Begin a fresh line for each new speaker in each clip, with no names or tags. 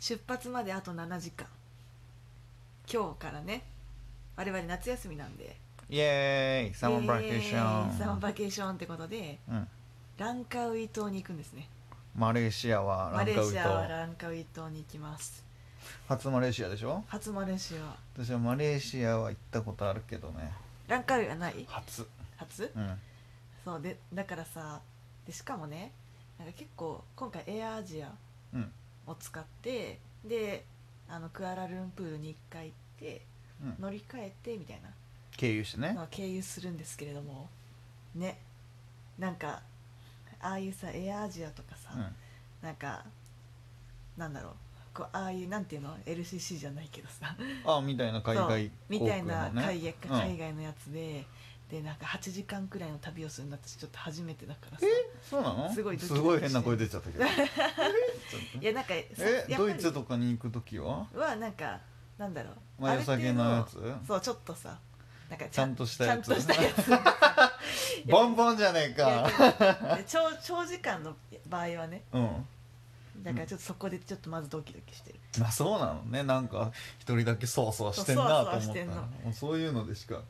出発まであと7時間今日からね我々夏休みなんで
イエーイサマーバ
イ
ケ
エ
ーショ
イサマー
ン、
バケーションってことで
うん、
ランカウイ島に行くんですね
マレーシアはラ
マ
ン
レ
カウ
ー
イ
シアは
島
ランカウイ島に行きます
初マレーシアでしょ
初マレーシア
私はマレーシアは行ったことあるけどね
ランカウイはない
初
初
うん
そうでだからさでしかもねなんか結構今回エアアジア
うん
を使ってであのクアラルンプールに1回行って
うん
乗り換えてみたい
経由して
な
ね
のを経由するんですけれどもねなんかああいうさエアアジアとかさ、
うん
なんかなんだろうこうああいうなんていうの LCC じゃないけどさ
あみたいな海外
そ
航空の
う
ね
みたいな海外,、
うん
海外のやつででなんか8時間くらいの旅をするの私ちょっと初めてだからさ
えそうなの
すごいドキドキして
変な声出ちゃった けどえちょっと
いやなんかさ
え
やっ
ド
ぱ
イ
り
ツとかに行く時は
はなんかなんだろう
前酒のやつ
ある程度そうちょっとさなんか
ちゃんとしたやつ
ちゃんとしたや つ
ボンボンじゃね
い
え
や
か
で長長時間の場合はね
うん
だからちょっとそこでちょっとまずドキドキしてる、
まあそうなのねなんか一人だけそわそわしてんなと思った
そうそわそわしてんの
もうそういうのでしか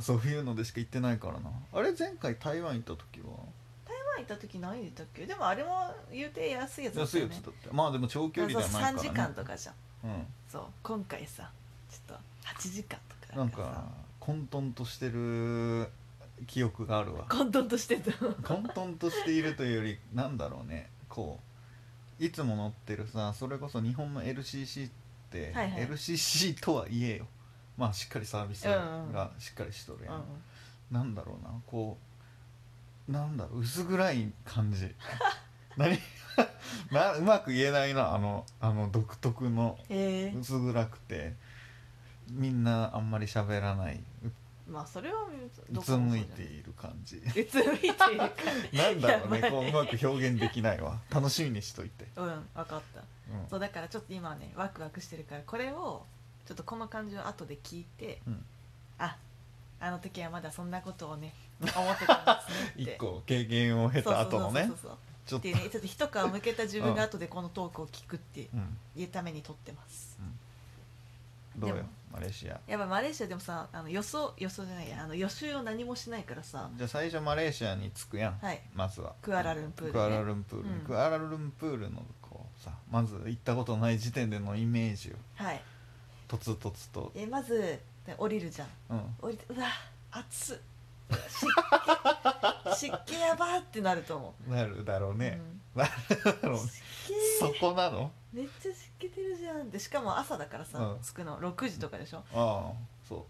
そういうのでしか行ってないからなあれ前回台湾行った時は
前行った時何でったっけでもあれも言うて安いやつだった
安い
よ
やつ
ね
だってまあでも長距離ではないから、ね、
3時間とかじゃん
う
そう今回さちょっと8時間とか
んなんか混沌としてる記憶があるわ
混沌としてた
混沌としているというよりなんだろうねこういつも乗ってるさそれこそ日本の LCC って、
はいはい
LCC とはいえよまあしっかりサービス
うんうん
がしっかりしとる
う
や
ん
ん、なんだろうなこうなんだろう薄暗い 感じ何 なうまく言えないなあのあの独特の
えー、
薄暗くてみんなあんまり喋らないう
まあそれは
う
どこ
つ
も
む
そう
い
じゃな
ている感じ
うつむいているか
なんだろう
やば
ね
い
こううまく表現できないわ楽しみにしといて、
うん分かったそうだからちょっと今はねワクワクしてるからこれをちょっとこの感じを後で聞いて
うんうん、
ああの時はまだそんなことをね思ってたんですねって
一個経験を経た後の
そ
ね
うそうそうそう
ちょっ
って
と
いうねちょっと一皮向けた自分が後でこのトークを聞くって
うん
いうために撮ってます
どうよ
でも
マレーシア
やっぱマレーシアでもさあの予想予想じゃないやあの予習を何もしないからさ
じゃあ最初マレーシアに着くやん、
はい
まずは
クアラルンプールね
クアラルンプール、
うん
クアラルンプールのこうさまず行ったことない時点でのイメージを
はい
とつとつと、
えまずね降りるじゃん
うん、
降りてうわ暑っ湿気湿気やばってなると思
なるだろう
う、
ね、
うん
なるだろうね
湿気
そこなの
めっちゃ湿気てるじゃんでしかも朝だからさ、
うん
着くの6時とかでしょ
ああそ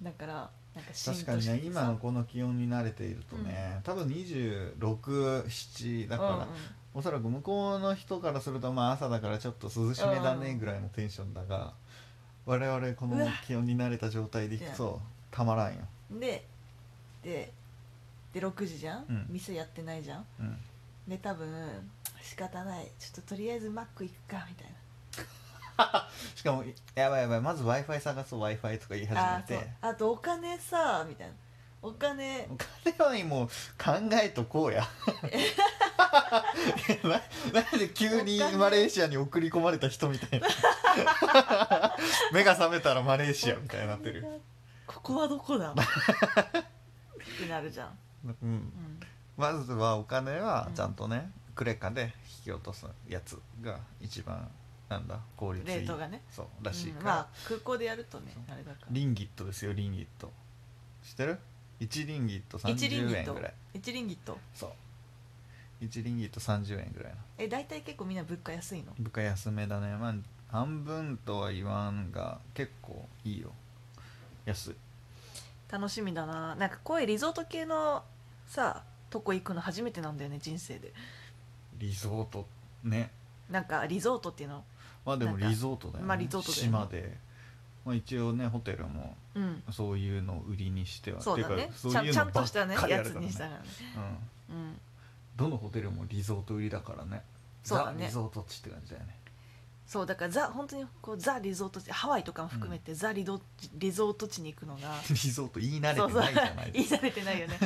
う
だからなんかしんとし
確
て
かにね
さ
今のこの気温に慣れているとね、多分267だから、
うんうん
おそらく向こうの人からするとまあ朝だからちょっと涼しめだねぐらいのテンションだが、我々この気温に慣れた状態でいくとたまらんよ、
ででで6時じゃん、
うん
店やってないじゃん
うん、
で多分仕方ないちょっととりあえずマック行くかみたいな
しかもいやばいやばいまず w i f i 探そう w i f i とか言い
あ
始
ー
め
そ
て
うあとお金さみたいなお金
彼はもう考えとこ うやななんで急にマレーシアに送り込まれた人みたいな目が覚めたらマレーシアみたいになってる
お金がここはどこだってなるじゃん、
うん
うん
まずはお金はちゃんとね、クレカで引き落とすやつが一番なんだ効率いい
レートがね
そうらしい
うん
から、
まあ空港でやるとねあれだから
リンギットですよリンギット知ってる ?1 リンギット
1リンギッ
30円
ト
ぐらい
1リンギット
そう1リンギット30円ぐらいな
え大体結構みんな物価安いの
部下安めだねまあ半分とは言わんが結構いいよ安い
楽しみだななんかこういうリゾート系のさとこ行くの初めてなんだよね人生で
リゾートね
なんかリゾートっていうの
まあでも
なんか
リゾートだよね,、
まあリゾートだよね
島で、まあ、一応ねホテルも
うん
そういうのを売りにしては
そうだ
て
ね
か
ちゃんちゃんとしたね
ばっかりあ
や
る
つ
からね
にしたからね
うん、
うん
どのホテルもリゾート売りだからね
そうだね
ザリゾート地って感じだよね
そうだからザ本当にこうザリゾート地ハワイとかも含めて、ザリドリゾート地に行くのが
リゾート言い慣
そ
れ
うそ
て
う
ないじゃな
言
いで
い
すか
慣れてないよね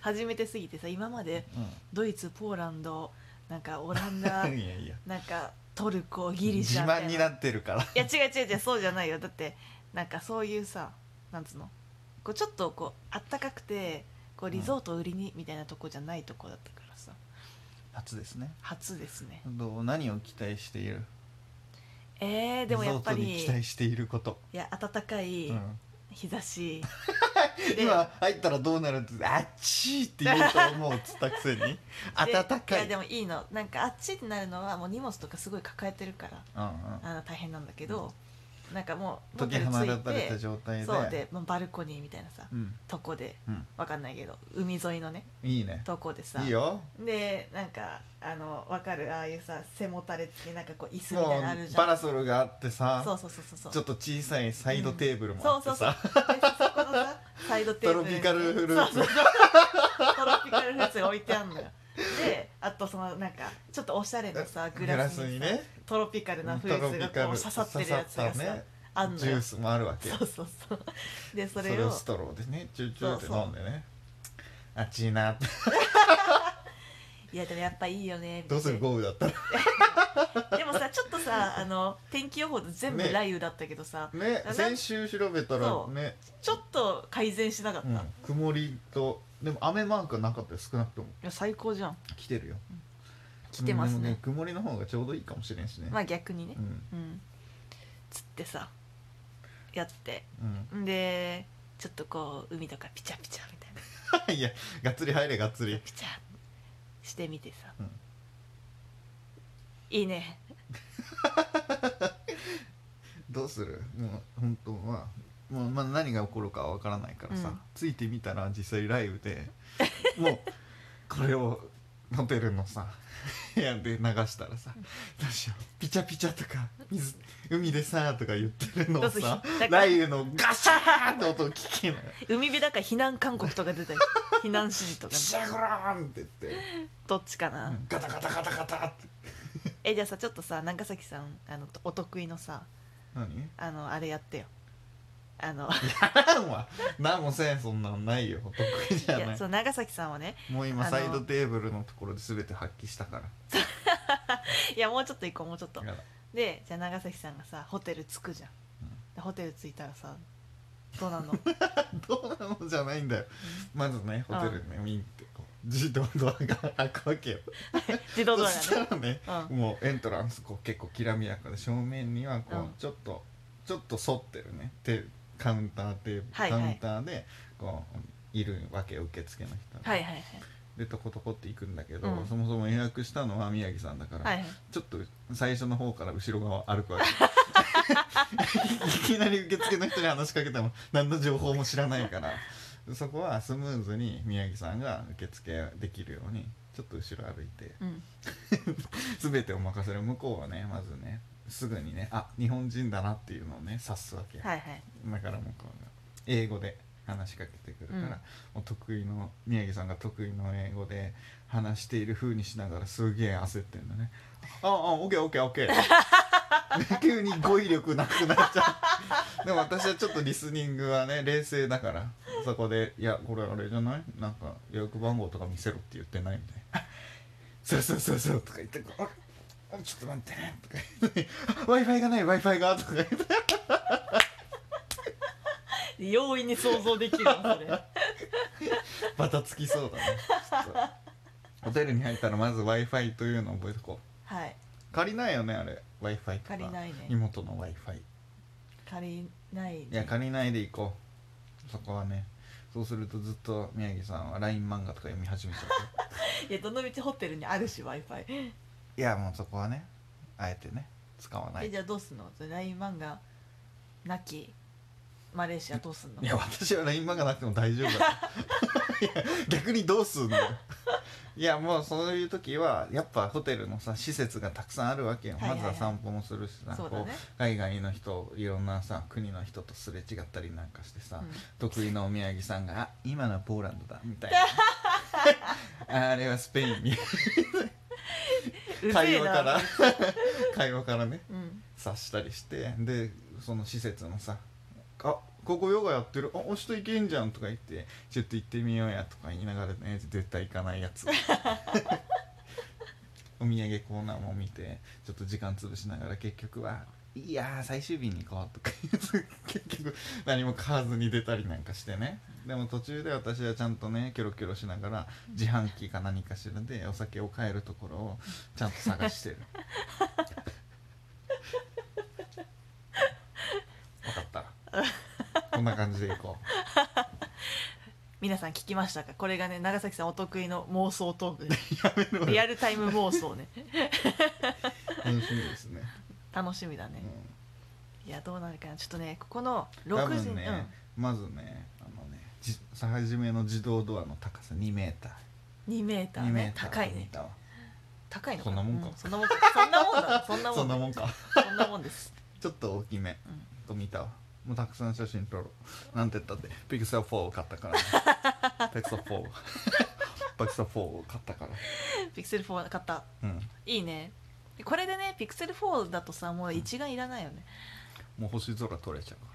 初めてすぎてさ今までドイツポーランドなんかオランダ
うんいやいや
なんかトルコギリシャ
自慢にな
て
ってるから
いや違う違う違うそうじゃないよだってなんかそういうさなんつうのこうちょっとこうあったかくてこうリゾート売りにみたいなとこじゃないとこだったからさ
初ですね
初ですね
どう何を期待している
えー、でもやっぱ
リゾートに
り
期待していること、
いや暖かい
うん
日差し、で
今入ったらどうなるってあっちーって言うと思うっつったくせに
で
暖かい
やでもいいのなんかあっちってなるのはもう荷物とかすごい抱えてるから
うんうん
あの大変なんだけど、なんかもう
解き放たれ
ホテ
た
ル着い
状態
て
で
そうでもうバルコニーみたいなさ
うん
とこで
うん
わかんないけど海沿いのね
いいね
とこでさ
いいよ
でなんかあのわかるああいうさ背もたれってなんかこう椅子みたい
も
なのある
う
じ
パ
ゃん
ラソルがあって
そ
さ
うそうそうそう
ち
そ
ょ
う
っと小さいサイドテーブルもあって
うん そう
さ
でそこのさサイドテーブルにね
トロピカルフルーツ
そうそうそうトロピカルフルーツが置いてあるのよであとそのなんかちょっとおしゃれなさグ
グラ
ラ
ス
スに
に
さ
ね
トロピカルなフルーツがこう刺さってるやつが
刺
さ、
さったね
あんの
ジュ
よ
ースもあるわけよ
そうそうそうでそ
そ
れ
れ
を
をストローでねチューチューって
そうそう
飲んでねあっちいなって
いやでもやっぱいいよね
どうする
みたい
豪雨だったら
なでもさちょっと さあの天気予報で全部
ね
雷雨だったけどさ、
ね
なん
先週調べたら
そう
ね
ちょっと改善しなかった、
うん
い
曇りとでも雨マークはなかったよ少なくとも
や最高じゃん
来てるよ
来てます
うんでも
ね
曇りの方がちょうどいいかもしれんしね
まあ逆にね
うん
うんつってさやって
うん
でちょっとこう海とかピチャピチャみたいなん
いやがっつり入れがっつり
ピチャしてみてさ、
うん
いいね
どうするもう本当はもうまあ何が起こるかは分からないからさ、
うん
ついてみたら実際ライブでもうこれをホテルのさ 部屋で流したらさどうしようピチャピチャとか水海でさとか言ってるのをさ
どうする
雷雨のガシャーンって音を聞きながら
海辺だから避難勧告とか出 たり避難指示と
ピ
か
シャゴラーンって言って
どっちかな、
ガタガタガタガタって
えじゃあさちょっとさ長崎さんあのお得意のさ
何
あのあれやってよあの
何は何もせんそんなんないよ得意じゃ
い
な
や
い
そう長崎さんはね
もう今
あの
サイドテーブルのところで全て発揮したから
いやもうちょっと行こうもうちょっと
だから
でじゃあ長崎さんがさホテル着くじゃん、
うん
でホテル着いたらさどうなの
どうなのじゃないんだよまずねホテルねウィンってこう自動ドアが開くわけよ
自動ド
そ
ア
し
がね
たらね
うん
もうエントランスこう結構きらびやかで正面にはこ
うん
うちょっとちょっと反ってるねでカウンターテーブル
はい
カ
は
ウ
い
ンターでこういるわけよ受付の人が
はいはいはい
でトコトコって行くんだけど、
うん
そもそも予約したのは宮城さんだから、
はいはい
ちょっと最初の方から後ろ側歩くわけいきなり受付の人に話しかけても何の情報も知らないからそこはスムーズに宮城さんが受付できるようにちょっと後ろ歩いて
うん
全てを任せる向こうはねまずねすぐにねあ日本人だなっていうのをね察すわけよ、
はいはい
だから向こうが英語で話しかけてくるから、
うん
もう得意の宮城さんが得意の英語で話している風にしながらすげえ焦ってんだ ねああオッケーオッケーオッケー 急に語彙力なくなっちゃうでも私はちょっとリスニングはね冷静だからそこで「いやこれあれじゃないなんか予約番号とか見せろって言ってない」みたいなあ 「そうそうそうそう」とか言ってこうあ「ちょっと待ってね」とか言って 「w i f i がない w i f i が」とか言って
で容易に想像できるのそれ
バタつき そうだねちょっとホテルに入ったらまず w i f i というのを覚えとこう
はい
借りないよねあれ w i f i とか
借りないね
妹の w i f i い
借りない
や借りないで行こうそこはねそうするとずっと宮城さんは LINE 漫画とか読み始めちゃ う
いやどのみちホテルにあるし w i f i
いやもうそこはねあえてね使わない
え
い
じゃあどうすんのそれ LINE 漫画なきマレーシアどうすんの
や私は LINE 漫画なくても大丈夫だ いや逆にどうすんのよいやもうそういう時はやっぱホテルのさ施設がたくさんあるわけよ、
はいはいはい
まずは散歩もするしさ
そう
こ
だ
う
ね、
海外の人いろんなさ国の人とすれ違ったりなんかしてさ、
うん
得意の宮城さんが「あ今のはポーランドだ」みた いなあれはスペインみた
う
いな
ぜ
会
え
話
な
から 会話からね
うん
察したりしてでその施設のさ「あここヨガやってるあ押しといけんじゃん」とか言って「ちょっと行ってみようや」とか言いながらね絶対行かないやつ お土産コーナーも見てちょっと時間潰しながら結局はいやー最終日に行こうとか 言う結局何も買わずに出たりなんかしてねでも途中で私はちゃんとねキョロキョロしながら自販機か何かしらでお酒を買えるところをちゃんと探してる分かったこんな感じでいこう
皆さん聞きましたかこれがね長崎さんお得意の妄想トー クです
やめろ
リ
よ
アルタイム妄想ね
楽しみですね、
楽しみだね、
うん
いやどうなるかなちょっとねここの
多
6時
分ね、まずねあのねじ初めの自動ドアの高さ2メータ
うん、2メータ
ー
ー
2メ
ね
ーター
高いね
だわ
高いのかな
そんなもんか
うそんなもんかそんなもん だそんなも
そ
ん
ん
だ
なもんか
そんなもんです、
ちょっと大きめ
うん、
と見たわもうたくさん写真撮ろうなんて言ったってピクセル4を買ったから、 ピクセル4ピクセル4を買ったから
ピクセル4買った
うん
いいねこれでねピクセル4だとさもう一眼いらないよね、
もう星空撮れちゃうか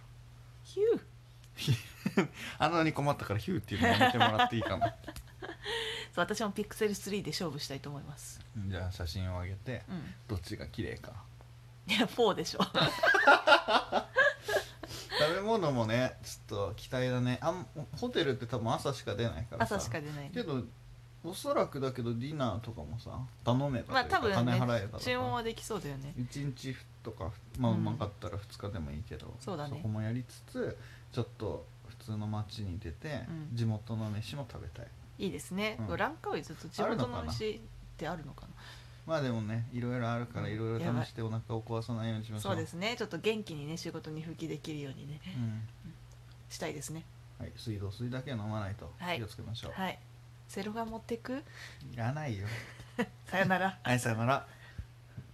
ヒュー
らあんなに困ったからヒューっていうのやめてもらっていいか な
そう私もピクセル3で勝負したいと思います
じゃあ写真を上げて
うん
どっちが綺麗か
いや4でしょ
食べ物もねちょっと期待だねあんホテルって多分朝しか出ないからさ
朝しか出ない、
け
ね、
どおそらくだけどディナーとかもさ頼めば
まあ
というか
多分ね
金払えばとか
注文はできそうだよね
1日とかまあう
うん
まかったら2日でもいいけど、
そうだね
こもやりつつちょっと普通の街に出て、
うん
地元の飯も食べたい
いいですね、
うん
ランカウイずっと地元の飯ってあるのかな
まあでもねいろいろあるから
うん
いろい
やば
ろ
い
試してお腹を壊さないようにしましょう
そうですねちょっと元気にね仕事に復帰できるようにね
うん
したいですね
はい、水道水だけは飲まないと
はい
気をつけましょう、
はいセロガン持ってく
い、らないよ
さよなら
はいさよなら